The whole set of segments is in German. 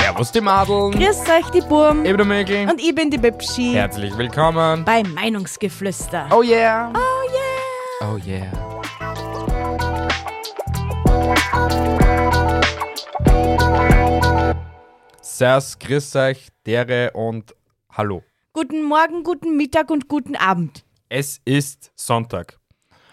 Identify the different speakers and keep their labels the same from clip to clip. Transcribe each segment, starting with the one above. Speaker 1: Servus die Madeln.
Speaker 2: Grüß euch, die Burm.
Speaker 1: Eben der Mögel.
Speaker 2: Und ich bin die Bibschi.
Speaker 1: Herzlich willkommen.
Speaker 2: Bei Meinungsgeflüster.
Speaker 1: Oh yeah.
Speaker 2: Oh yeah.
Speaker 1: Oh yeah. Servus, grüß euch, Dere und Hallo.
Speaker 2: Guten Morgen, guten Mittag und guten Abend.
Speaker 1: Es ist Sonntag.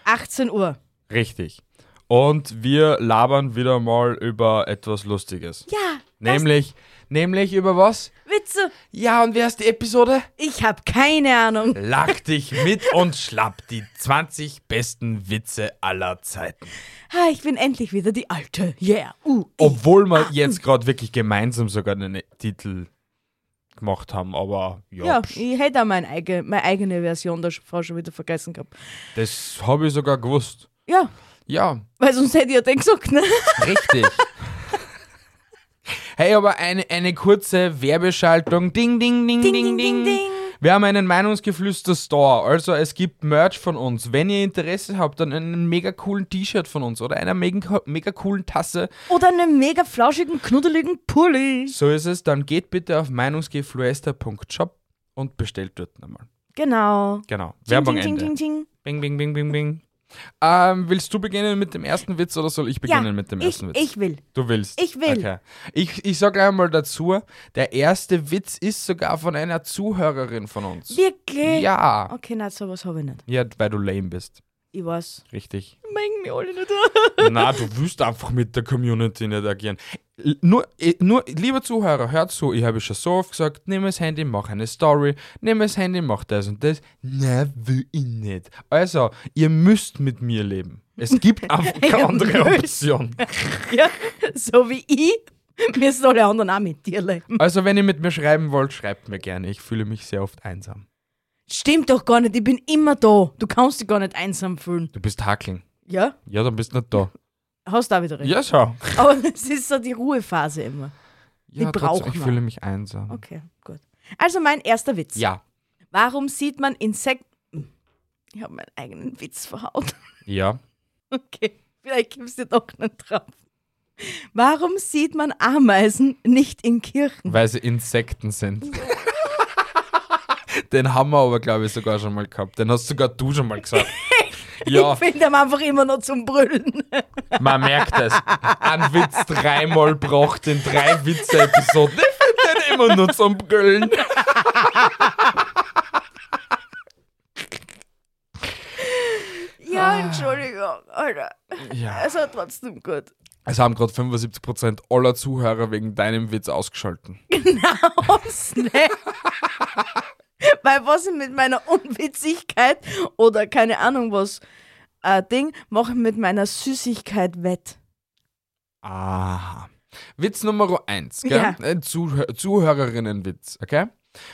Speaker 2: 18 Uhr.
Speaker 1: Richtig. Und wir labern wieder mal über etwas Lustiges.
Speaker 2: Ja.
Speaker 1: Nämlich, nämlich über was?
Speaker 2: Das Witze.
Speaker 1: Ja, und wer ist die Episode?
Speaker 2: Ich habe keine Ahnung.
Speaker 1: Lach dich mit und schlapp die 20 besten Witze aller Zeiten.
Speaker 2: Ah, ich bin endlich wieder die Alte. Yeah. Uh,
Speaker 1: Obwohl wir jetzt gerade wirklich gemeinsam sogar einen Titel gemacht haben, aber Oh, ja,
Speaker 2: ja,
Speaker 1: psch,
Speaker 2: ich hätte auch meine eigene, meine eigene Version der Frau schon wieder vergessen gehabt.
Speaker 1: das habe ich sogar gewusst.
Speaker 2: Ja,
Speaker 1: Ja,
Speaker 2: weil sonst hätte ich ja den gesagt, ne?
Speaker 1: richtig. hey, aber eine, eine kurze Werbeschaltung. Ding, ding, ding, ding, ding. Wir haben einen Meinungsgeflüster-Store. Also es gibt Merch von uns. Wenn ihr Interesse habt an einem mega coolen T-Shirt von uns oder einer mega, mega coolen Tasse,
Speaker 2: Oder einen mega flauschigen, knuddeligen Pulli.
Speaker 1: So ist es, dann geht bitte auf meinungsgefluester.shop und bestellt dort nochmal.
Speaker 2: Genau.
Speaker 1: Genau.
Speaker 2: Ding,
Speaker 1: Werbung
Speaker 2: ding, ding,
Speaker 1: Ende.
Speaker 2: ding, ding.
Speaker 1: Bing, bing, bing, bing, bing. Ähm, willst du beginnen mit dem ersten Witz oder soll ich
Speaker 2: Ja,
Speaker 1: beginnen mit dem
Speaker 2: ich,
Speaker 1: ersten Witz?
Speaker 2: ich will.
Speaker 1: du willst.
Speaker 2: ich will.
Speaker 1: Okay. Ich, ich sag gleich mal dazu, der erste Witz ist sogar von einer Zuhörerin von uns.
Speaker 2: Wirklich?
Speaker 1: Ja.
Speaker 2: Okay, na, sowas habe ich nicht.
Speaker 1: Ja, weil du lame bist.
Speaker 2: Ich weiß.
Speaker 1: Richtig.
Speaker 2: Mengen mir alle nicht.
Speaker 1: Na, du willst einfach mit der Community nicht agieren. L- Nur, eh, nur, lieber Zuhörer, hört zu, ich habe schon so oft gesagt, nimm das Handy, mach eine Story, nimm das Handy, mach das und das. Nein, will ich nicht. Also, ihr müsst mit mir leben. Es gibt einfach keine
Speaker 2: Ihr
Speaker 1: andere
Speaker 2: müsst.
Speaker 1: Option.
Speaker 2: ja, so wie ich, müssen alle anderen auch mit dir leben.
Speaker 1: Also, wenn ihr mit mir schreiben wollt, schreibt mir gerne. Ich fühle mich sehr oft einsam.
Speaker 2: Stimmt doch gar nicht, ich bin immer da. Du kannst dich gar nicht einsam fühlen.
Speaker 1: Du bist Hackling.
Speaker 2: Ja,
Speaker 1: Ja, dann bist nicht da.
Speaker 2: hast da wieder recht.
Speaker 1: Ja, schau.
Speaker 2: Aber es ist so die Ruhephase immer.
Speaker 1: Ja,
Speaker 2: braucht
Speaker 1: trotzdem, ich
Speaker 2: man.
Speaker 1: fühle mich einsam.
Speaker 2: Okay, gut. Also mein erster Witz.
Speaker 1: Ja.
Speaker 2: Warum sieht man Insekten... Hm. Ich habe meinen eigenen Witz verhaut.
Speaker 1: Ja.
Speaker 2: Okay, vielleicht gibst du doch einen drauf. Warum sieht man Ameisen nicht in Kirchen?
Speaker 1: Weil sie Insekten sind. Den haben wir aber, glaube ich, sogar schon mal gehabt. Den hast sogar du schon mal gesagt. Ja,
Speaker 2: Ich finde ihn einfach immer noch zum Brüllen.
Speaker 1: man merkt es. Ein Witz dreimal braucht in drei Witze-Episoden. Ich finde den immer nur zum Brüllen.
Speaker 2: Ja, Entschuldigung, Alter.
Speaker 1: Ja.
Speaker 2: Es war trotzdem gut.
Speaker 1: Es haben gerade 75% aller Zuhörer wegen deinem Witz ausgeschalten.
Speaker 2: Hab's nicht. Weil was ich mit meiner Unwitzigkeit oder keine Ahnung was äh, Ding mache ich mit meiner Süßigkeit wett.
Speaker 1: Aha. Witz Nummer 1, gell?
Speaker 2: Ja.
Speaker 1: Ein Zuhö Zuhörerinnenwitz, okay?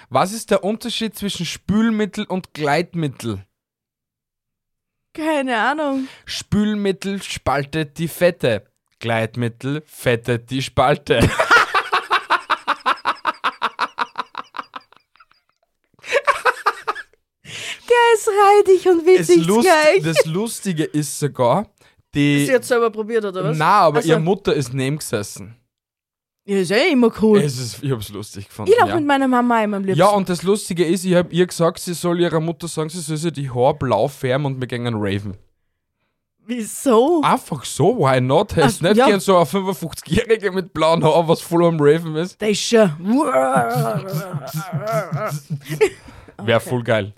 Speaker 1: Was ist der Unterschied zwischen Spülmittel und Gleitmittel?
Speaker 2: Keine Ahnung.
Speaker 1: Spülmittel spaltet die Fette. Gleitmittel fettet die Spalte.
Speaker 2: Der ist reidig und
Speaker 1: Das,
Speaker 2: witzig
Speaker 1: Lust,
Speaker 2: gleich.
Speaker 1: das Lustige ist sogar, die.
Speaker 2: Sie hat selber probiert, oder was? Also
Speaker 1: na, aber
Speaker 2: Ach so.
Speaker 1: ihre Mutter ist neben gesessen.
Speaker 2: Ja, ist eh immer cool.
Speaker 1: Es ist, ich hab's lustig gefunden.
Speaker 2: ich lache
Speaker 1: ja.
Speaker 2: mit meiner Mama immer am liebsten.
Speaker 1: ja, und das Lustige ist, ich hab ihr gesagt, sie soll ihrer Mutter sagen, sie soll sich die Haare blau färben und wir gehen raven.
Speaker 2: Wieso?
Speaker 1: Einfach so, why not? Es ist
Speaker 2: Ach,
Speaker 1: nicht
Speaker 2: ja.
Speaker 1: gern so ein 55-Jähriger mit blauen Haaren, was voll am Raven ist.
Speaker 2: Das ist schon.
Speaker 1: Wär voll geil.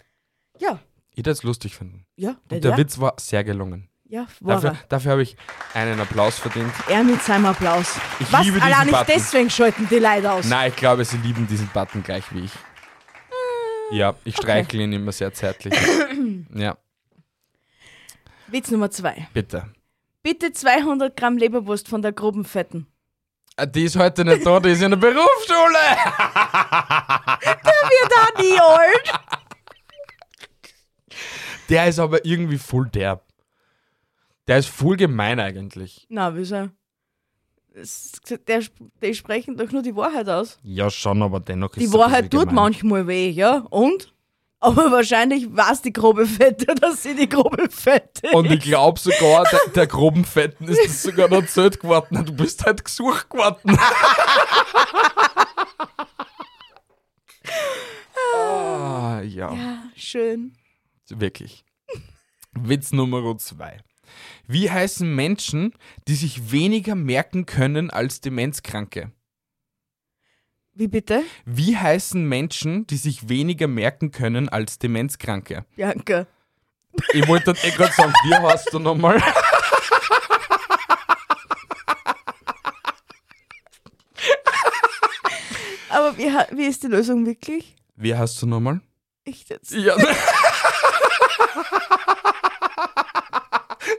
Speaker 2: ja,
Speaker 1: Ich hätte es lustig finden.
Speaker 2: ja,
Speaker 1: Und der
Speaker 2: ja,
Speaker 1: Witz war sehr gelungen.
Speaker 2: Ja, war
Speaker 1: Dafür,
Speaker 2: er.
Speaker 1: dafür habe ich einen Applaus verdient.
Speaker 2: er mit seinem Applaus.
Speaker 1: Ich
Speaker 2: was?
Speaker 1: liebe diesen
Speaker 2: Allein nicht
Speaker 1: Button.
Speaker 2: deswegen schalten die Leute aus.
Speaker 1: Nein, ich glaube, sie lieben diesen Button gleich wie ich. Ja, ich streichle ihn immer sehr zärtlich. ja,
Speaker 2: Witz Nummer zwei.
Speaker 1: bitte.
Speaker 2: Bitte 200 Gramm Leberwurst von der groben Fetten.
Speaker 1: Ah, Die ist heute nicht da, die ist in der Berufsschule.
Speaker 2: Wir da nie alt.
Speaker 1: Der ist aber irgendwie voll derb. Der ist voll gemein eigentlich.
Speaker 2: Na, wieso? Es- Der, die sprechen doch nur die Wahrheit aus.
Speaker 1: Ja, schon, aber dennoch ist
Speaker 2: Die
Speaker 1: er ein
Speaker 2: Wahrheit
Speaker 1: bisschen
Speaker 2: tut
Speaker 1: gemein.
Speaker 2: manchmal weh, ja? Und? Aber wahrscheinlich war es die grobe Fette, dass sie die grobe Fette.
Speaker 1: Und ich glaube sogar, der, der groben Fetten ist das sogar noch zählt geworden. Du bist halt gesucht geworden. ah, ja.
Speaker 2: Ja, schön.
Speaker 1: Wirklich. Witz Nummer zwei. Wie heißen Menschen, die sich weniger merken können als Demenzkranke?
Speaker 2: Wie bitte?
Speaker 1: Wie heißen Menschen, die sich weniger merken können als Demenzkranke?
Speaker 2: Bianca.
Speaker 1: Ich wollte eh gerade sagen, wie hast du nochmal?
Speaker 2: Aber wie, ha- wie ist die Lösung wirklich?
Speaker 1: Wie hast du nochmal?
Speaker 2: Ich jetzt.
Speaker 1: Ja.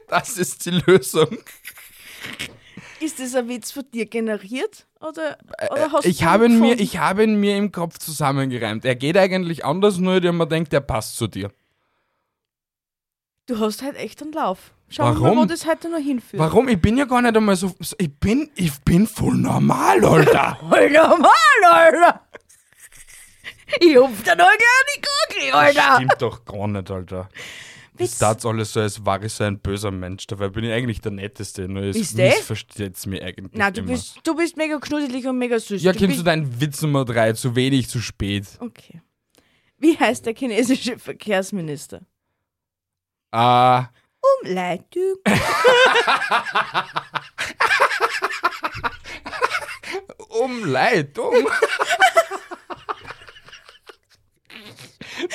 Speaker 1: Das ist die Lösung.
Speaker 2: Ist das ein Witz von dir generiert? Oder, oder hast
Speaker 1: Äh, Ich
Speaker 2: du
Speaker 1: habe, ihn mir,
Speaker 2: gefunden?
Speaker 1: ich habe ihn mir im Kopf zusammengereimt. Er geht eigentlich anders, nur der man denkt, der passt zu dir.
Speaker 2: Du hast halt echt einen Lauf. Schauen wir
Speaker 1: Warum?
Speaker 2: mal, wo das heute noch hinführt.
Speaker 1: Warum? Ich bin ja gar nicht einmal so. so- Ich bin, ich bin voll normal, Alter.
Speaker 2: Alter, Mann, Alter! Ich hupf da noch gleich in die Kugel, Alter!
Speaker 1: Stimmt doch gar nicht, Alter. Ich
Speaker 2: Bist-
Speaker 1: tat alles so, als war ich so ein böser Mensch. Dabei bin ich eigentlich der Netteste. Nur es
Speaker 2: Bist du?
Speaker 1: missversteht's mir eigentlich
Speaker 2: Nein, du
Speaker 1: immer.
Speaker 2: bist, du bist mega knuddelig und mega süß.
Speaker 1: ja,
Speaker 2: du
Speaker 1: kennst
Speaker 2: bist,
Speaker 1: du Oh. deinen Witz Nummer drei? Zu wenig, zu spät.
Speaker 2: Okay. Wie heißt der chinesische Verkehrsminister?
Speaker 1: Ah,
Speaker 2: Umleitung.
Speaker 1: Um Umleitung.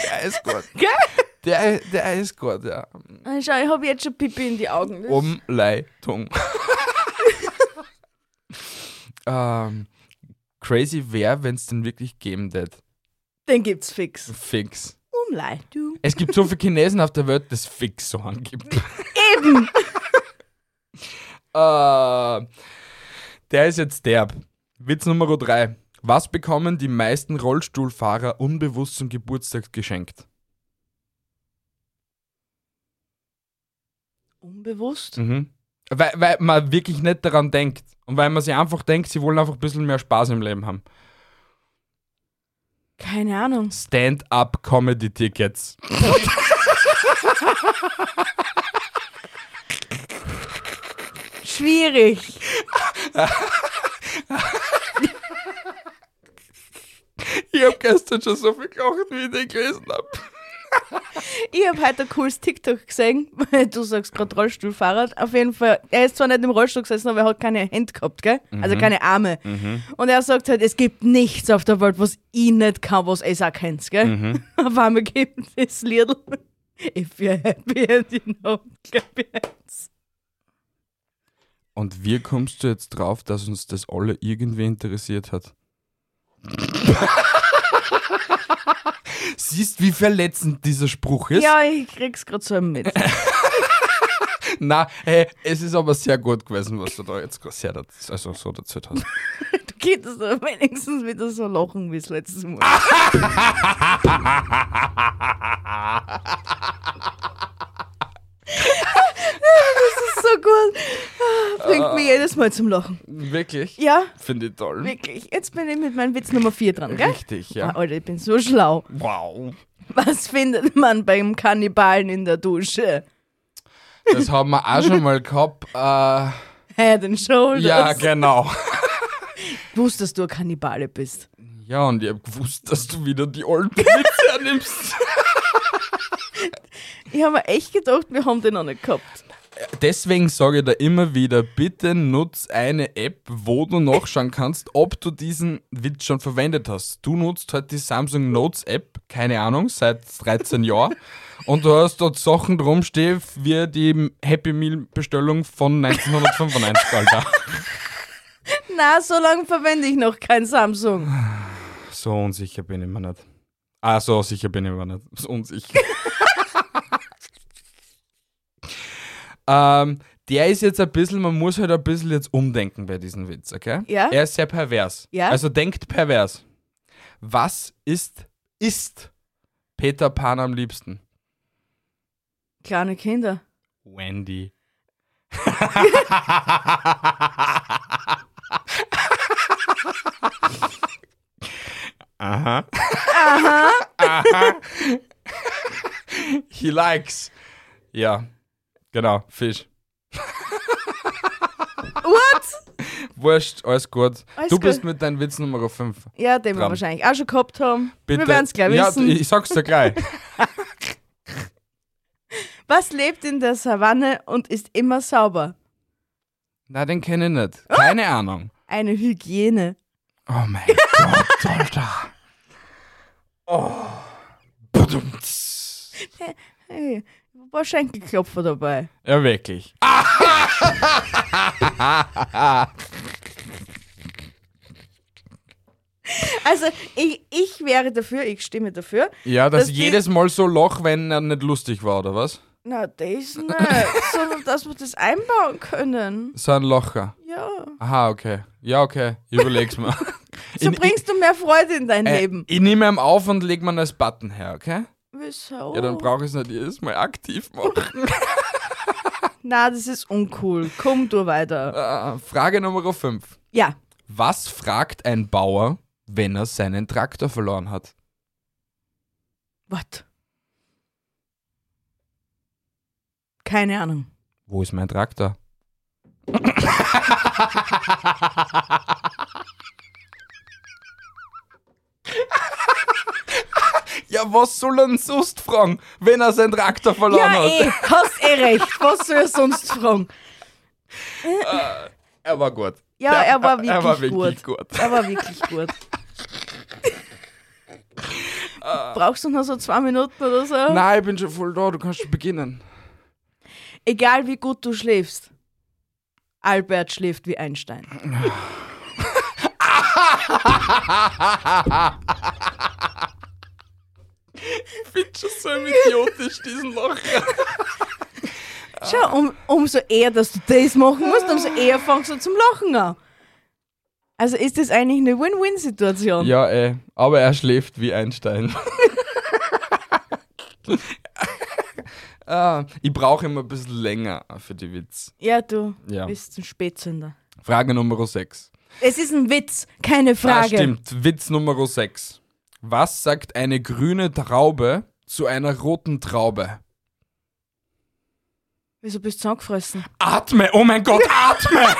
Speaker 1: der ist gut.
Speaker 2: Gell?
Speaker 1: Der, der ist gut, ja.
Speaker 2: Ah, Schau, ich habe jetzt schon Pipi in die Augen.
Speaker 1: Um-
Speaker 2: Das-
Speaker 1: Umleitung. ähm, crazy wäre, wenn es denn wirklich geben würde.
Speaker 2: Den gibt's
Speaker 1: Um-
Speaker 2: fix.
Speaker 1: Fix.
Speaker 2: Umleitung.
Speaker 1: Es gibt so viele Chinesen auf der Welt, das fix so angibt.
Speaker 2: Eben.
Speaker 1: Äh, der ist jetzt derb. Witz Nummer 3. Was bekommen die meisten Rollstuhlfahrer unbewusst zum Geburtstag geschenkt?
Speaker 2: Unbewusst.
Speaker 1: Mhm. Weil, weil man wirklich nicht daran denkt. Und weil man sich einfach denkt, sie wollen einfach ein bisschen mehr Spaß im Leben haben.
Speaker 2: Keine Ahnung.
Speaker 1: Stand-up-Comedy-Tickets.
Speaker 2: Schwierig.
Speaker 1: Ich habe gestern schon so viel gelacht, wie ich den gelesen habe.
Speaker 2: Ich habe heute ein cooles TikTok gesehen, weil du sagst gerade Rollstuhlfahrer. Auf jeden Fall, er ist zwar nicht im Rollstuhl gesessen, aber er hat keine Hände gehabt, gell? Also keine Arme. Und er sagt halt, es gibt nichts auf der Welt, was ich nicht kann, was ich auch kennt, gell? Auf einmal gibt es Lied. If you're happy and you know happy
Speaker 1: Und wie kommst du jetzt drauf, dass uns das alle irgendwie interessiert hat? Siehst, wie verletzend dieser Spruch ist?
Speaker 2: Ja, ich krieg's gerade so mit.
Speaker 1: Na, hey, es ist aber sehr gut gewesen, was du da jetzt gerade sehr dazu- also so dazu hast.
Speaker 2: Du könntest aber wenigstens wieder so lachen wie das letzte Mal. das ist so gut. Bringt mich jedes Mal zum Lachen.
Speaker 1: Wirklich?
Speaker 2: Ah. Ja,
Speaker 1: Finde ich toll.
Speaker 2: wirklich. Jetzt bin ich mit meinem Witz Nummer 4 dran, gell?
Speaker 1: Richtig, ja.
Speaker 2: Ah, Alter, ich bin so schlau.
Speaker 1: Wow.
Speaker 2: Was findet man beim Kannibalen in der Dusche?
Speaker 1: Das haben wir auch schon mal gehabt. Äh,
Speaker 2: Head and Shoulders.
Speaker 1: ja, genau.
Speaker 2: Ich wusste, dass du ein Kannibale bist.
Speaker 1: Ja, und ich hab gewusst, dass du wieder die alten Witze annimmst.
Speaker 2: Ich habe mir echt gedacht, wir haben den noch nicht gehabt.
Speaker 1: Deswegen sage ich da immer wieder, bitte nutz eine App, wo du nachschauen kannst, ob du diesen Witz schon verwendet hast. Du nutzt halt die Samsung Notes App, keine Ahnung, seit 13 Jahren. Und du hast dort Sachen drumstehen, wie die Happy Meal Bestellung von 1995, Alter.
Speaker 2: Na, so lange verwende ich noch kein Samsung.
Speaker 1: So unsicher bin ich mir nicht. Ah, so sicher bin ich mir nicht. So unsicher. ähm, der ist jetzt ein bisschen, man muss halt ein bisschen jetzt umdenken bei diesem Witz, okay?
Speaker 2: Ja.
Speaker 1: Er ist sehr pervers.
Speaker 2: Ja.
Speaker 1: Also denkt pervers. Was ist, ist Peter Pan am liebsten?
Speaker 2: Kleine Kinder.
Speaker 1: Wendy. Aha. Aha. Aha. He likes. Ja, genau, Fisch.
Speaker 2: What?
Speaker 1: Wurscht, alles gut.
Speaker 2: Alles
Speaker 1: du
Speaker 2: gut.
Speaker 1: bist mit deinem Witz Nummer 5.
Speaker 2: Ja, den wir
Speaker 1: Dran.
Speaker 2: wahrscheinlich auch schon gehabt haben.
Speaker 1: Bitte.
Speaker 2: Wir werden es gleich wissen.
Speaker 1: Ja, ich sag's dir gleich.
Speaker 2: Was lebt in der Savanne und ist immer sauber?
Speaker 1: Na, den kenne ich nicht.
Speaker 2: Oh.
Speaker 1: Keine Ahnung.
Speaker 2: Eine Hygiene.
Speaker 1: Oh mein Gott, Alter. Oh. Badumts.
Speaker 2: Hey, ein paar Schenkelklopfer dabei.
Speaker 1: Ja, wirklich.
Speaker 2: Also, ich, ich wäre dafür, ich stimme dafür.
Speaker 1: Ja, dass
Speaker 2: Dass die-
Speaker 1: jedes Mal so Loch, wenn er nicht lustig war, oder was?
Speaker 2: Na, das nicht, sondern dass wir das einbauen können.
Speaker 1: So ein Locher.
Speaker 2: Ja.
Speaker 1: Aha, okay. Ja, okay. Ich überleg's mir.
Speaker 2: So
Speaker 1: In-
Speaker 2: bringst du mehr Freude in dein
Speaker 1: Äh,
Speaker 2: Leben.
Speaker 1: ich nehme ihm auf und leg mir das Button her, okay?
Speaker 2: Wieso?
Speaker 1: Ja, dann brauche ich es nicht jedes Mal aktiv machen.
Speaker 2: Na, das ist uncool. Komm du weiter.
Speaker 1: Äh, Frage Nummer 5.
Speaker 2: Ja.
Speaker 1: Was fragt ein Bauer, wenn er seinen Traktor verloren hat?
Speaker 2: What? Keine Ahnung.
Speaker 1: Wo ist mein Traktor? ja, was soll er denn sonst fragen, wenn er seinen Traktor verloren
Speaker 2: Ja,
Speaker 1: hat?
Speaker 2: eh, hast eh recht. Was soll ich sonst fragen?
Speaker 1: Er war gut.
Speaker 2: Ja,
Speaker 1: Der-
Speaker 2: er war
Speaker 1: er war
Speaker 2: wirklich
Speaker 1: wirklich
Speaker 2: gut.
Speaker 1: gut.
Speaker 2: Er war wirklich gut. Brauchst du noch so zwei Minuten oder so?
Speaker 1: Ah. Nein, ich bin schon voll da, du kannst schon beginnen.
Speaker 2: Egal wie gut du schläfst, Albert schläft wie Einstein.
Speaker 1: Ich bin schon so idiotisch, diesen Lacher. Ah.
Speaker 2: Schau, um, umso eher, dass du das machen musst, umso eher fangst du zum Lachen an. Also ist das eigentlich eine Win-Win-Situation.
Speaker 1: Ja, ey, aber er schläft wie Einstein. ah, ich brauche immer ein bisschen länger für die Witz.
Speaker 2: Ja, du
Speaker 1: Ja.
Speaker 2: bist ein Spätzünder.
Speaker 1: Frage Nummer 6.
Speaker 2: Es ist ein Witz, keine
Speaker 1: Ah,
Speaker 2: Frage.
Speaker 1: stimmt, Witz Nummer 6. Was sagt eine grüne Traube zu einer roten Traube?
Speaker 2: Wieso bist du angefressen?
Speaker 1: Atme, oh mein Gott, atme!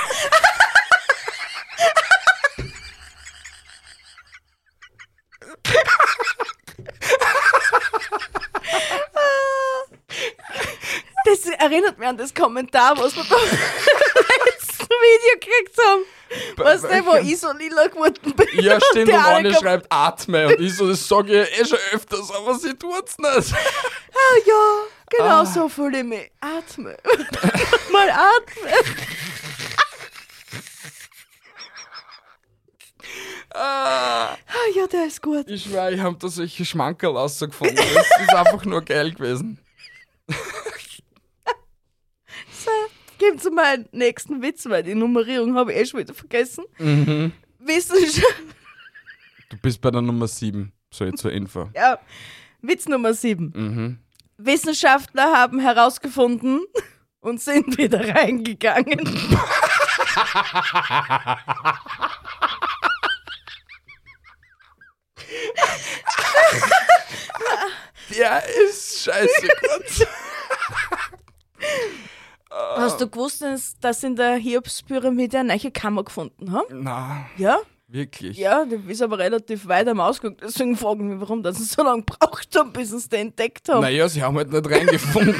Speaker 2: Das erinnert mich an das Kommentar, was wir beim letzten Video gekriegt haben. Weißt du, wo ich so lila geworden bin?
Speaker 1: Ja, stimmt, und
Speaker 2: der eine
Speaker 1: Anne
Speaker 2: kommt,
Speaker 1: schreibt Atme. Und ich so, das sage ich eh schon öfters, aber sie tut's nicht.
Speaker 2: Ah ja,
Speaker 1: Ah.
Speaker 2: genau so fühle ich mich. Atme. Mal atme. Ah ja, der ist gut.
Speaker 1: Ich schwöre, ich habe da solche Schmankerl rausgefunden. Das ist einfach nur geil gewesen.
Speaker 2: So, gib zu meinem nächsten Witz, weil die Nummerierung habe ich eh schon wieder vergessen.
Speaker 1: Mhm.
Speaker 2: Wissenschaft,
Speaker 1: Du bist bei der Nummer 7, so jetzt zur Info.
Speaker 2: ja, Witz Nummer 7. Wissenschaftler haben herausgefunden und sind wieder reingegangen.
Speaker 1: Der ist scheiße gut.
Speaker 2: Hast du gewusst, dass- dass in der Hiobspyramide eine neue Kammer gefunden haben?
Speaker 1: Na,
Speaker 2: Ja?
Speaker 1: wirklich.
Speaker 2: Ja, die ist aber relativ weit am Ausgang. Deswegen fragen wir, warum das so lange braucht haben, bis sie es entdeckt haben.
Speaker 1: Naja, sie haben halt nicht reingefunden.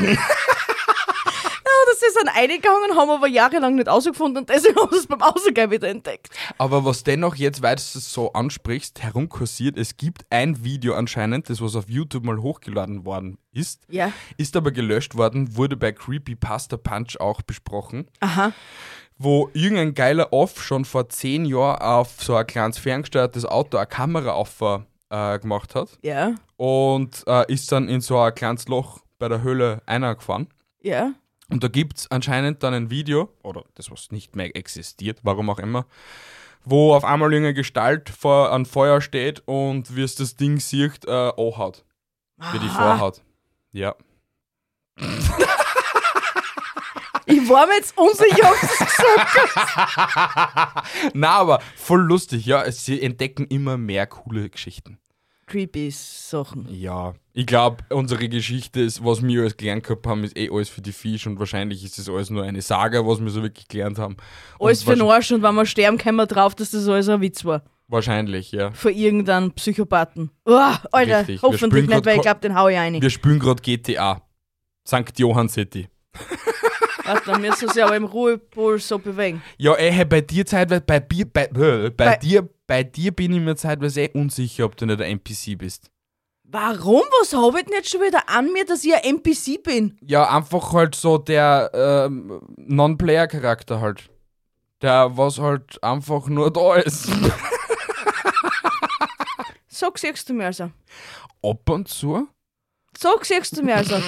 Speaker 2: Oder sie sind eingegangen, haben aber jahrelang nicht ausgefunden und deswegen haben sie es beim Ausgang wieder entdeckt.
Speaker 1: Aber was dennoch jetzt, weil du es so ansprichst, herumkursiert, es gibt ein Video anscheinend, das was auf YouTube mal hochgeladen worden ist,
Speaker 2: Ja.
Speaker 1: ist aber gelöscht worden, wurde bei Creepy Pasta Punch auch besprochen.
Speaker 2: Aha.
Speaker 1: wo irgendein geiler Off schon vor zehn Jahren auf so ein kleines ferngesteuertes Auto eine Kamera auf äh, gemacht hat
Speaker 2: Ja.
Speaker 1: und äh, ist dann in so ein kleines Loch bei der Höhle eingefahren
Speaker 2: Ja.
Speaker 1: Und da gibt es anscheinend dann ein Video, oder das, was nicht mehr existiert, warum auch immer, wo auf einmal irgendeine Gestalt vor an Feuer steht und wie es das Ding sieht, äh, anhaut. Wie die vorhaut. Ja.
Speaker 2: Ich war mir jetzt unsicher, ob das
Speaker 1: Na, aber voll lustig, ja. es- Sie entdecken immer mehr coole Geschichten.
Speaker 2: creepy Sachen.
Speaker 1: Ja, ich glaube, unsere Geschichte ist, was wir alles gelernt gehabt haben, ist eh alles für die Fisch und wahrscheinlich ist das alles nur eine Saga, was wir so wirklich gelernt haben. Und
Speaker 2: Alles für den
Speaker 1: wahrsch-
Speaker 2: Arsch und wenn wir sterben, kommen wir drauf, dass das alles ein Witz war.
Speaker 1: Wahrscheinlich, ja.
Speaker 2: Für irgendeinen Psychopathen. Oh, Alter,
Speaker 1: Richtig, wir
Speaker 2: hoffentlich
Speaker 1: springen
Speaker 2: nicht, weil ich
Speaker 1: grad
Speaker 2: glaube, den hau ich rein.
Speaker 1: Wir spielen gerade GTA. St. Johann City.
Speaker 2: Weißt, dann müssen sie aber im Ruhepol so bewegen.
Speaker 1: Ja, ey, hey, bei dir zeitweise, bei, Bier, bei, äh, bei,
Speaker 2: Bei-
Speaker 1: bei dir, bei dir bin ich mir zeitweise eh unsicher, ob du nicht ein NPC bist.
Speaker 2: Warum? Was habe ich denn jetzt schon wieder an mir, dass ich ein NPC bin?
Speaker 1: Ja, einfach halt so der ähm, Non-Player-Charakter halt. Der, was halt einfach nur da ist.
Speaker 2: So siehst du mir also.
Speaker 1: Ab und zu?
Speaker 2: So siehst du mir also.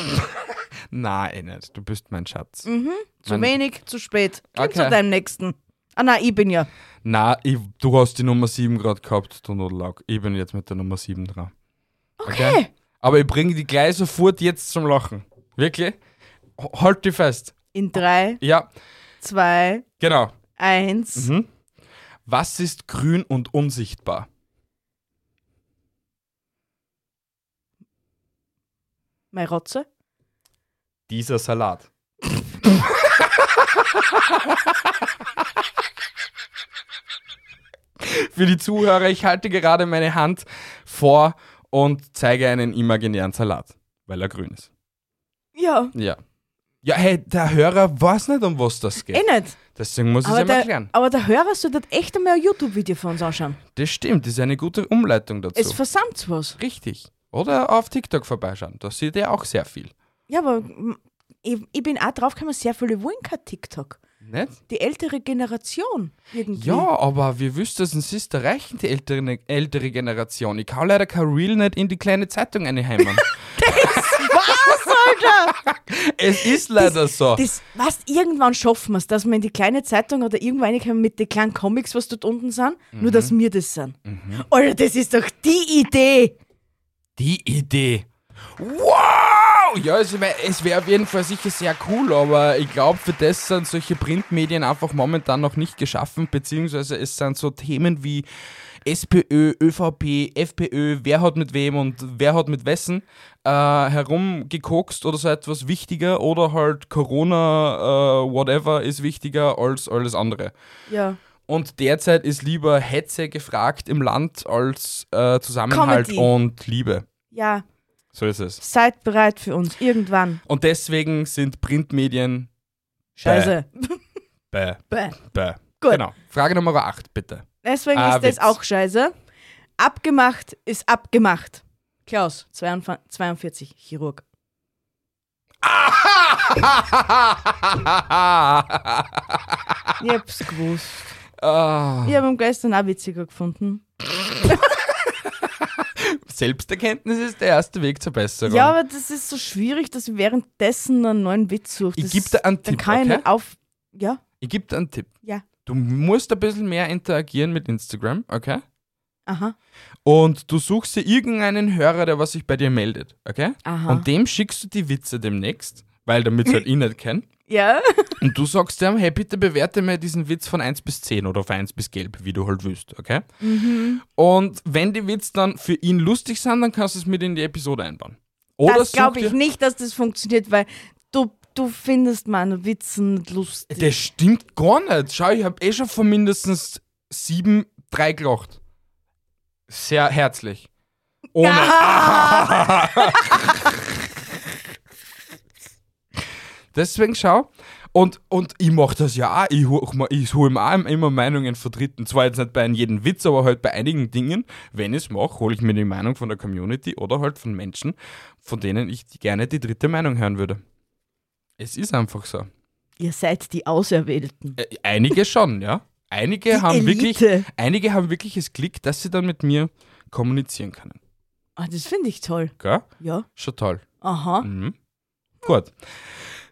Speaker 1: Nein, eh nicht. Du bist mein Schatz.
Speaker 2: zu
Speaker 1: Mein-
Speaker 2: wenig, zu spät. Geh
Speaker 1: Okay.
Speaker 2: zu deinem Nächsten. Ah nein, ich bin ja.
Speaker 1: Nein, ich, du hast die Nummer 7 gerade gehabt, du Nudellack. Ich bin jetzt mit der Nummer 7 dran.
Speaker 2: Okay.
Speaker 1: Aber ich bringe die gleich sofort jetzt zum Lachen. Wirklich? H- Halt die fest.
Speaker 2: In 3,
Speaker 1: Ja,
Speaker 2: 2,
Speaker 1: genau.
Speaker 2: 1.
Speaker 1: Was ist grün und unsichtbar?
Speaker 2: Mein Rotze.
Speaker 1: Dieser Salat. Für die Zuhörer, ich halte gerade meine Hand vor und zeige einen imaginären Salat, weil er grün ist.
Speaker 2: Ja.
Speaker 1: Ja. Ja, hey, der Hörer weiß nicht, um was das
Speaker 2: Eh
Speaker 1: geht.
Speaker 2: nicht.
Speaker 1: Deswegen muss ich es
Speaker 2: Aber
Speaker 1: ihm
Speaker 2: der,
Speaker 1: erklären.
Speaker 2: aber der Hörer sollte echt einmal ein YouTube-Video von uns anschauen.
Speaker 1: Das stimmt, das ist eine gute Umleitung dazu.
Speaker 2: Es versammt was.
Speaker 1: Richtig. Oder auf TikTok vorbeischauen, da seht ihr auch sehr viel.
Speaker 2: Ja, aber mm, ich, ich bin auch drauf gekommen, sehr viele wollen kein TikTok.
Speaker 1: Nicht?
Speaker 2: Die ältere Generation irgendwie.
Speaker 1: Ja, aber wir wüssten es ist erreichen die ältere, ältere Generation. Ich kann leider kein Reel nicht in die kleine Zeitung einheimen.
Speaker 2: Alter!
Speaker 1: es ist leider so.
Speaker 2: Das, was, irgendwann schaffen wir es, dass wir in die kleine Zeitung oder irgendwo reinkommen mit den kleinen Comics, was dort unten sind, nur dass
Speaker 1: Mhm.
Speaker 2: wir das sind. Alter, das ist doch die Idee!
Speaker 1: die Idee. Wow! Ja, es wäre es wär auf jeden Fall sicher sehr cool, aber ich glaube, für das sind solche Printmedien einfach momentan noch nicht geschaffen, beziehungsweise es sind so Themen wie SPÖ, ÖVP, FPÖ, wer hat mit wem und wer hat mit wessen äh, herumgekokst oder so etwas wichtiger oder halt Corona, äh, whatever, ist wichtiger als alles andere.
Speaker 2: Ja.
Speaker 1: Und derzeit ist lieber Hetze gefragt im Land als äh, Zusammenhalt
Speaker 2: Comedy.
Speaker 1: und Liebe.
Speaker 2: Ja,
Speaker 1: So ist es.
Speaker 2: seid bereit für uns. Irgendwann.
Speaker 1: Und deswegen sind Printmedien.
Speaker 2: Scheiße.
Speaker 1: Bäh,
Speaker 2: Bäh.
Speaker 1: bäh.
Speaker 2: Gut.
Speaker 1: Genau. Frage Nummer 8, bitte.
Speaker 2: Deswegen
Speaker 1: Ah,
Speaker 2: ist das
Speaker 1: Witz.
Speaker 2: auch scheiße. Abgemacht ist abgemacht. Klaus, 42, Chirurg. Ich hab's gewusst.
Speaker 1: ah,
Speaker 2: Ich hab ihn gestern auch witziger gefunden.
Speaker 1: Selbsterkenntnis ist der erste Weg zur Besserung.
Speaker 2: Ja, aber das ist so schwierig, dass ich währenddessen einen neuen Witz suche.
Speaker 1: Ich
Speaker 2: Das-
Speaker 1: geb dir einen
Speaker 2: Dann
Speaker 1: Tipp,
Speaker 2: kann ich
Speaker 1: okay?
Speaker 2: nicht auf. Ja,
Speaker 1: ich gebe dir einen Tipp.
Speaker 2: ja.
Speaker 1: Du musst ein bisschen mehr interagieren mit Instagram, okay?
Speaker 2: Aha.
Speaker 1: Und du suchst dir irgendeinen Hörer, der was sich bei dir meldet, okay?
Speaker 2: Aha.
Speaker 1: Und dem schickst du die Witze demnächst, weil damit halt ihn nicht kennt.
Speaker 2: Ja.
Speaker 1: Und du sagst dem, hey, bitte bewerte mir diesen Witz von 1 bis 10 oder von 1 bis gelb, wie du halt willst, okay?
Speaker 2: Mhm.
Speaker 1: Und wenn die Witze dann für ihn lustig sind, dann kannst du es mit in die Episode einbauen. Oder
Speaker 2: das glaube
Speaker 1: such
Speaker 2: ich
Speaker 1: dir-
Speaker 2: nicht, dass das funktioniert, weil du, du findest meine Witze nicht lustig.
Speaker 1: Das stimmt gar nicht. Schau, ich habe eh schon von mindestens 7, 3 gelacht. Sehr herzlich. Ohne. Deswegen schau. Und, und ich mache das ja auch. Ich hole ich hol mir auch immer Meinungen von Dritten. Zwar jetzt nicht bei jedem Witz, aber halt bei einigen Dingen. Wenn ich es mache, hole ich mir die Meinung von der Community oder halt von Menschen, von denen ich die- gerne die dritte Meinung hören würde. Es ist einfach so.
Speaker 2: Ihr seid die Auserwählten.
Speaker 1: Äh, Einige schon, ja. Einige haben wirklich,
Speaker 2: Elite.
Speaker 1: einige haben wirklich das Glück, dass sie dann mit mir kommunizieren können.
Speaker 2: Ah, das finde ich toll.
Speaker 1: Gell?
Speaker 2: Ja.
Speaker 1: Mhm. Schon toll.
Speaker 2: Aha.
Speaker 1: Mhm. Gut.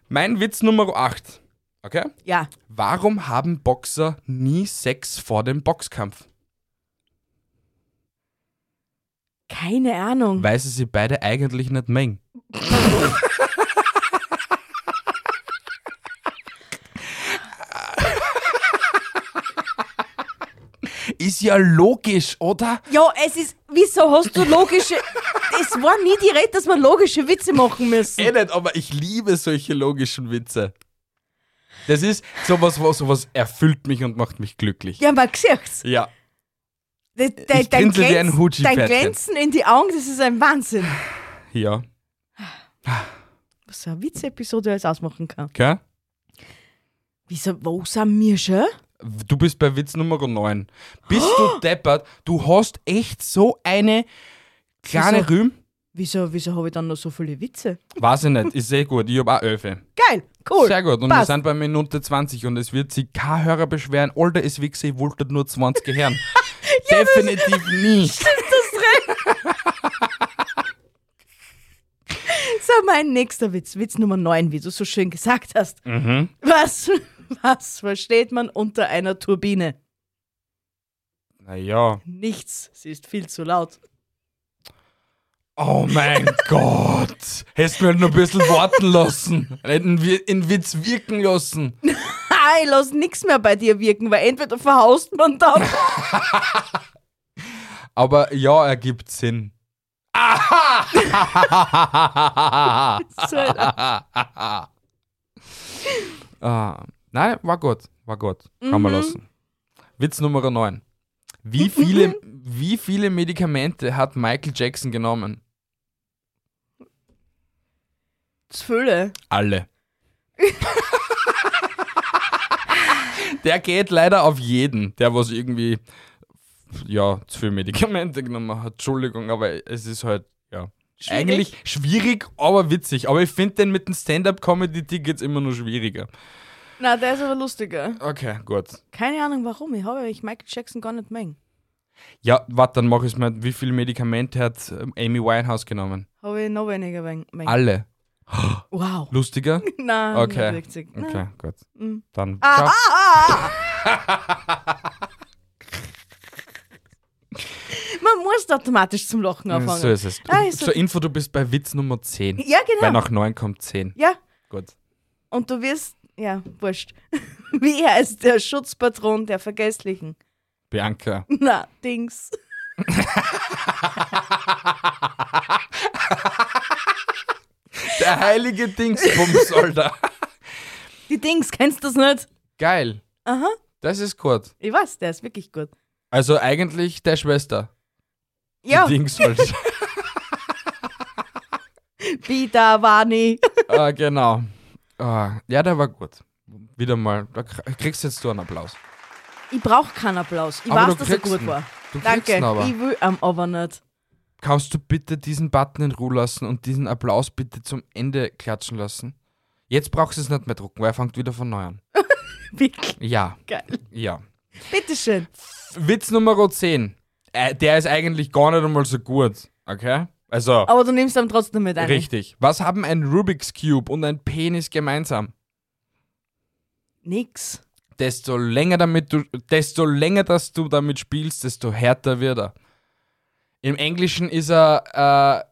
Speaker 1: Mein Witz Nummer 8. Okay?
Speaker 2: Ja.
Speaker 1: Warum haben Boxer nie Sex vor dem Boxkampf?
Speaker 2: Keine Ahnung.
Speaker 1: Weil sie sie beide eigentlich nicht mengen. Ist ja logisch, oder?
Speaker 2: Ja, es ist. Wieso hast du logische. es war nie die Rede, dass wir logische Witze machen müssen.
Speaker 1: Eh nicht, aber ich liebe solche logischen Witze. Das ist sowas, was- sowas erfüllt mich und macht mich glücklich.
Speaker 2: Ja, aber gesicht's.
Speaker 1: Ja.
Speaker 2: De, de,
Speaker 1: Äh, Ich grinse wie ein
Speaker 2: Glänz-
Speaker 1: Hutschi-Pferdchen.
Speaker 2: Dein Glänzen in die Augen, das ist ein Wahnsinn.
Speaker 1: Ja.
Speaker 2: Was für eine Witzepisode alles ausmachen kann.
Speaker 1: Okay?
Speaker 2: Wieso, wo sind wir schon?
Speaker 1: Du bist bei Witz Nummer 9. Bist du deppert? Du hast echt so eine kleine
Speaker 2: Wieso?
Speaker 1: Rühm.
Speaker 2: Wieso, wieso habe ich dann noch so viele Witze?
Speaker 1: Weiß ich nicht, ist sehr gut. Ich habe auch Öfe.
Speaker 2: Geil, cool.
Speaker 1: Sehr gut. Und
Speaker 2: passt.
Speaker 1: wir sind bei Minute 20 und es wird sich kein Hörer beschweren. Alter, es wichse, ich wollte nur 20 hören. Definitiv nicht.
Speaker 2: So, mein nächster Witz, Witz Nummer 9, wie du so schön gesagt hast.
Speaker 1: Mhm.
Speaker 2: Was, was versteht man unter einer Turbine?
Speaker 1: Naja.
Speaker 2: Nichts, sie ist viel zu laut.
Speaker 1: Oh mein Gott. Hättest mir halt noch ein bisschen warten lassen. Hätten wir in Witz wirken lassen.
Speaker 2: Ha, ich lass nichts mehr bei dir wirken, weil entweder verhaust man dann.
Speaker 1: Aber ja, ergibt Sinn. Aha!
Speaker 2: So ein-
Speaker 1: Ah, nein, war gut, war gut. Kann man lassen. Witz Nummer 9. Wie viele, wie viele Medikamente hat Michael Jackson genommen?
Speaker 2: Zwille.
Speaker 1: Alle. der geht leider auf jeden, der was irgendwie, ja, zu viel Medikamente genommen hat. Entschuldigung, aber es ist halt, ja.
Speaker 2: Schwierig.
Speaker 1: Eigentlich schwierig, aber witzig. Aber ich finde den mit den Stand-Up-Comedy-Tickets immer nur schwieriger.
Speaker 2: Na, der ist aber lustiger.
Speaker 1: Okay, gut.
Speaker 2: Keine Ahnung warum, ich habe eigentlich Michael Jackson gar nicht mengen.
Speaker 1: Ja, warte, dann mach ich es mal. Wie viel Medikamente hat ähm, Amy Winehouse genommen?
Speaker 2: Habe ich noch weniger mengen.
Speaker 1: Alle.
Speaker 2: Wow.
Speaker 1: Lustiger?
Speaker 2: Nein,
Speaker 1: Okay.
Speaker 2: nicht witzig. Nein.
Speaker 1: Okay, gut. Dann.
Speaker 2: Ah,
Speaker 1: ciao.
Speaker 2: ah, ah. Man muss automatisch zum Lachen anfangen.
Speaker 1: So ist es.
Speaker 2: Ja, Ah, ist
Speaker 1: Zur
Speaker 2: so.
Speaker 1: Info, du bist bei Witz Nummer 10.
Speaker 2: Ja, genau.
Speaker 1: Weil nach 9 kommt 10.
Speaker 2: Ja,
Speaker 1: Gut.
Speaker 2: und du wirst, ja, wurscht. Wie heißt der Schutzpatron der Vergesslichen?
Speaker 1: Bianca.
Speaker 2: Na, Dings.
Speaker 1: Der heilige Dingsbums, Alter.
Speaker 2: Die Dings, kennst du das nicht?
Speaker 1: Geil.
Speaker 2: Aha.
Speaker 1: Das ist gut.
Speaker 2: Ich weiß, der ist wirklich gut.
Speaker 1: Also eigentlich der Schwester.
Speaker 2: Ja,
Speaker 1: Die Dings halt.
Speaker 2: Bidawani.
Speaker 1: ah, genau. Ah, ja, der war gut. Wieder mal. Da kr- kriegst jetzt du einen Applaus.
Speaker 2: Ich brauche keinen Applaus. Ich
Speaker 1: Aber
Speaker 2: weiß,
Speaker 1: du
Speaker 2: dass er
Speaker 1: kriegst
Speaker 2: gut
Speaker 1: ihn.
Speaker 2: war.
Speaker 1: Du kriegst
Speaker 2: Danke.
Speaker 1: ihn aber.
Speaker 2: Ich will am aber nicht.
Speaker 1: Kannst du bitte diesen Button in Ruhe lassen und diesen Applaus bitte zum Ende klatschen lassen? Jetzt brauchst du es nicht mehr drucken, weil er fängt wieder von neu an.
Speaker 2: Wirklich
Speaker 1: Ja,
Speaker 2: geil.
Speaker 1: ja.
Speaker 2: Bitteschön.
Speaker 1: Witz Nummer 10. Äh, der ist eigentlich gar nicht einmal so gut, okay? Also,
Speaker 2: Aber du nimmst ihn trotzdem mit ein.
Speaker 1: richtig. Was haben ein Rubik's Cube und ein Penis gemeinsam?
Speaker 2: Nix.
Speaker 1: Desto länger, damit du, desto länger, dass du damit spielst, desto härter wird er. Im Englischen ist er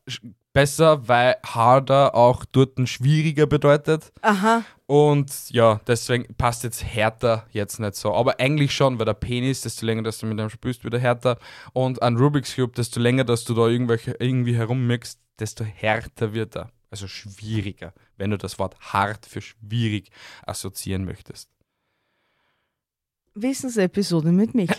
Speaker 1: äh, sch- besser, weil harder auch dort ein schwieriger bedeutet.
Speaker 2: Aha.
Speaker 1: Und ja, deswegen passt jetzt härter jetzt nicht so. Aber eigentlich schon, weil der Penis, desto länger, dass du mit dem spürst, wieder härter. Und ein Rubik's Cube, desto länger, dass du da irgendwelche, irgendwie herummixst, desto härter wird er. Also schwieriger, wenn du das Wort hart für schwierig assoziieren möchtest.
Speaker 2: Wissensepisode mit mich.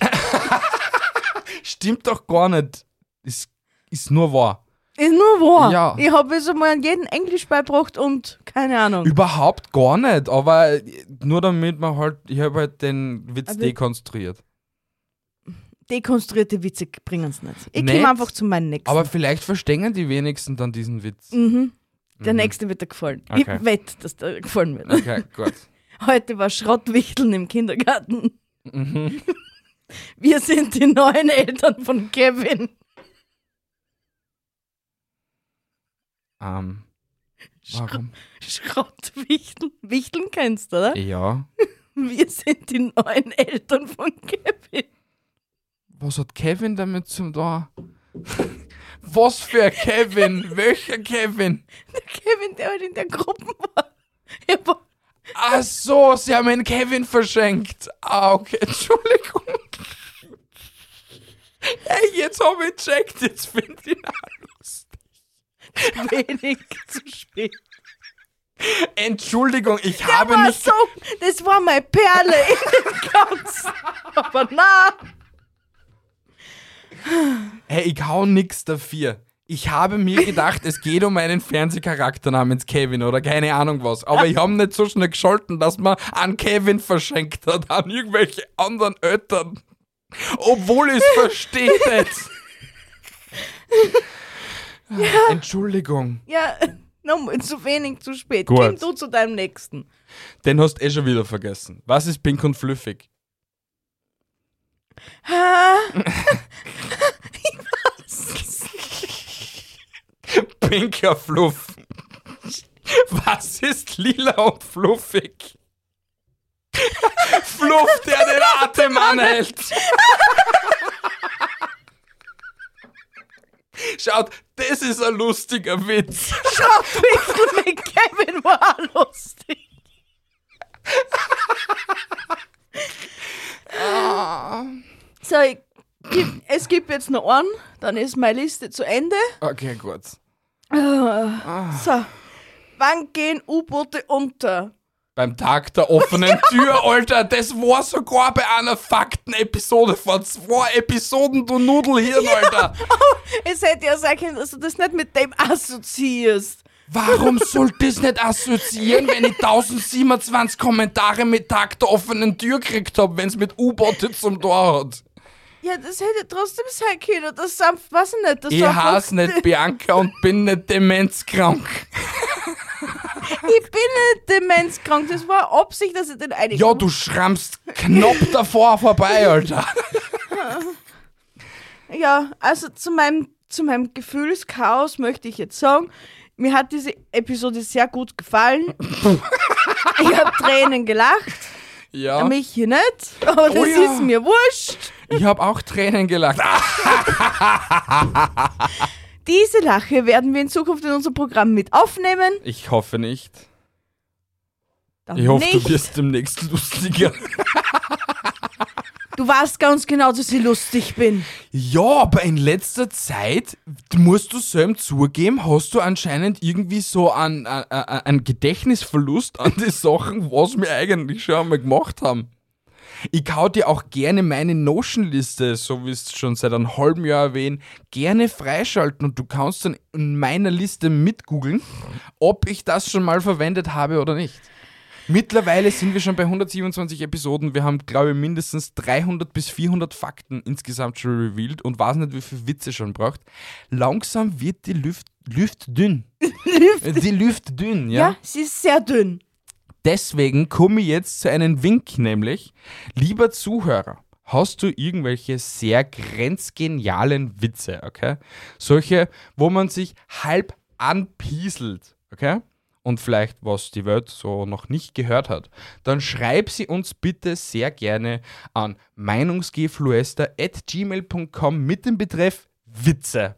Speaker 1: Stimmt doch gar nicht. Ist, ist nur wahr.
Speaker 2: Ist nur wahr.
Speaker 1: Ja.
Speaker 2: Ich habe es einmal an jeden Englisch beibracht und keine Ahnung.
Speaker 1: Überhaupt gar nicht, aber nur damit man halt, ich habe halt den Witz
Speaker 2: Aber-
Speaker 1: dekonstruiert.
Speaker 2: Dekonstruierte Witze bringen es nicht. Ich
Speaker 1: Nicht?
Speaker 2: komme einfach zu meinem nächsten.
Speaker 1: Aber vielleicht verstehen die wenigsten dann diesen Witz.
Speaker 2: mhm. Der nächste wird dir gefallen.
Speaker 1: Okay.
Speaker 2: Ich wette, dass der gefallen wird.
Speaker 1: Okay, gut.
Speaker 2: Heute war Schrottwichteln im Kindergarten.
Speaker 1: Mhm.
Speaker 2: Wir sind die neuen Eltern von Kevin.
Speaker 1: Ähm, Warum?
Speaker 2: Schrottwichteln. Wichteln kennst du, oder?
Speaker 1: Ja.
Speaker 2: Wir sind die neuen Eltern von Kevin.
Speaker 1: Was hat Kevin damit zum da? Was für ein Kevin? Welcher Kevin?
Speaker 2: Der Kevin, der halt in der Gruppe war. Er war
Speaker 1: Ach so, sie haben einen Kevin verschenkt. Ah, okay, Entschuldigung. Hey, jetzt habe ich checkt, jetzt finde ich ihn auch lustig.
Speaker 2: wenig zu spät.
Speaker 1: Entschuldigung, ich habe
Speaker 2: war
Speaker 1: nicht.
Speaker 2: so, das war meine Perle in dem Ganzen. Aber na,
Speaker 1: Hey, ich hau nix dafür. Ich habe mir gedacht, es geht um einen Fernsehcharakter namens Kevin oder keine Ahnung was. Aber ich habe nicht so schnell gescholten, dass man an Kevin verschenkt hat, an irgendwelche anderen Eltern. Obwohl ich es verstehe jetzt. Entschuldigung.
Speaker 2: ja, nochmal zu wenig zu spät.
Speaker 1: Gut.
Speaker 2: Kim, du zu deinem Nächsten.
Speaker 1: Den hast du eh schon wieder vergessen. Was ist pink und flüffig?
Speaker 2: Ah. ich weiß
Speaker 1: Pinker Fluff. Was ist lila und fluffig? Fluff, der den Atem anhält. Schaut, das ist ein lustiger Witz.
Speaker 2: Schrottwichteln mit Kevin war auch lustig. So, ich, gib- es gibt jetzt noch einen, dann ist meine Liste zu Ende.
Speaker 1: Okay, gut.
Speaker 2: So, wann gehen U-Boote unter?
Speaker 1: Beim Tag der offenen Tür, Alter, das war sogar bei einer Faktenepisode vor zwei Episoden, du Nudelhirn, Alter.
Speaker 2: Es hätte ja sein können, dass du das nicht mit dem assoziierst.
Speaker 1: Warum soll das nicht assoziieren, wenn ich 1027 Kommentare mit Tag der offenen Tür gekriegt habe, wenn es mit U-Boote zum Tor hat?
Speaker 2: Ja, das hätte trotzdem sein können. Das sanft, weiß ich nicht. Das
Speaker 1: Ich
Speaker 2: sanft-
Speaker 1: hasse nicht Bianca und bin nicht demenzkrank.
Speaker 2: Ich bin nicht demenzkrank. Das war Absicht, dass ich den einigen.
Speaker 1: Ja, du schrammst knapp davor vorbei, Alter.
Speaker 2: Ja, also zu meinem, zu meinem Gefühlschaos möchte ich jetzt sagen, mir hat diese Episode sehr gut gefallen. ich habe Tränen gelacht,
Speaker 1: Ja,
Speaker 2: mich hier nicht, aber das
Speaker 1: Oh ja.
Speaker 2: ist mir wurscht.
Speaker 1: ich habe auch Tränen gelacht. Ah,
Speaker 2: Diese Lache werden wir in Zukunft in unser Programm mit aufnehmen.
Speaker 1: Ich hoffe nicht.
Speaker 2: Dann
Speaker 1: Ich hoffe,
Speaker 2: nicht.
Speaker 1: du wirst demnächst lustiger.
Speaker 2: Du weißt ganz genau, dass ich lustig bin.
Speaker 1: Ja, aber in letzter Zeit, musst du selber zugeben, hast du anscheinend irgendwie so einen, einen, einen Gedächtnisverlust an die Sachen, was wir eigentlich schon einmal gemacht haben. Ich hau dir auch gerne meine Notion-Liste, so wie es schon seit einem halben Jahr erwähnt, gerne freischalten und du kannst dann in meiner Liste mitgoogeln, ob ich das schon mal verwendet habe oder nicht. Mittlerweile sind wir schon bei 127 Episoden. Wir haben, glaube ich, mindestens 300 bis 400 Fakten insgesamt schon revealed und weiß nicht, wie viel Witze schon braucht. Langsam wird die Luft, Luft dünn. die Luft dünn,
Speaker 2: Ja,
Speaker 1: ja.
Speaker 2: sie ist sehr dünn.
Speaker 1: Deswegen komme ich jetzt zu einem Wink, nämlich, lieber Zuhörer, hast du irgendwelche sehr grenzgenialen Witze, okay? Solche, wo man sich halb anpieselt, okay? Und vielleicht, was die Welt so noch nicht gehört hat, dann schreib sie uns bitte sehr gerne an meinungsgefluester.gmail.com mit dem Betreff Witze.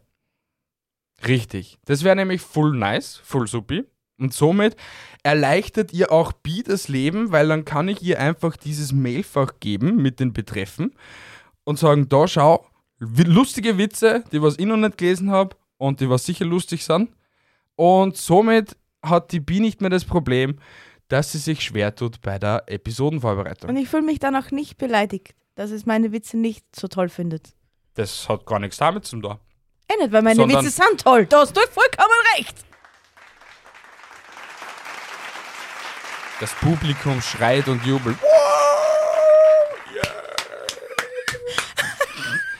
Speaker 1: Richtig. Das wäre nämlich full nice, full supi. Und somit erleichtert ihr auch Bi das Leben, weil dann kann ich ihr einfach dieses Mailfach geben mit den Betreffen und sagen, da schau, wi- lustige Witze, die was ich noch nicht gelesen habe und die was sicher lustig sind. Und somit hat die Bi nicht mehr das Problem, dass sie sich schwer tut bei der
Speaker 2: Und
Speaker 1: Episodenvorbereitung.
Speaker 2: ich fühle mich danach nicht beleidigt, dass es meine Witze nicht so toll findet.
Speaker 1: Das hat gar nichts damit zu tun.
Speaker 2: Eh nicht, weil meine
Speaker 1: Sondern-
Speaker 2: Witze sind toll. Da hast du vollkommen recht.
Speaker 1: Das Publikum schreit und jubelt.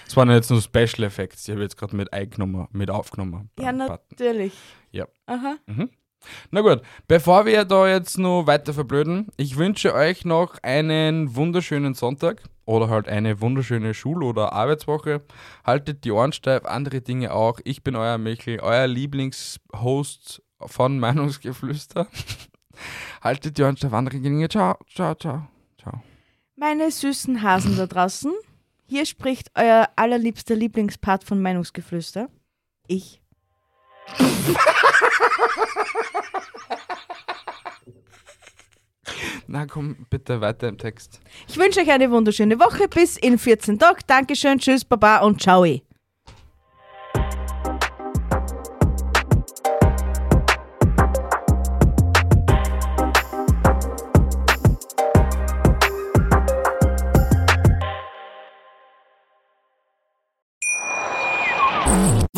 Speaker 1: Das waren jetzt nur Special Effects. Ich habe jetzt gerade mit eingenommen, mit aufgenommen.
Speaker 2: Ja,
Speaker 1: Beim Button.
Speaker 2: natürlich.
Speaker 1: Ja.
Speaker 2: Aha.
Speaker 1: Na gut, bevor wir da jetzt noch weiter verblöden, ich wünsche euch noch einen wunderschönen Sonntag oder halt eine wunderschöne Schul- oder Arbeitswoche. Haltet die Ohren steif, andere Dinge auch. Ich bin euer Michel, euer Lieblingshost, von Meinungsgeflüster. Haltet die Ohren auf andere Gänge. Ciao, ciao, ciao. Ciao.
Speaker 2: Meine süßen Hasen da draußen, hier spricht euer allerliebster Lieblingspart von Meinungsgeflüster. Ich.
Speaker 1: Na komm, bitte weiter im Text.
Speaker 2: Ich wünsche euch eine wunderschöne Woche. Bis in 14 Tagen. Dankeschön, tschüss, baba und ciao.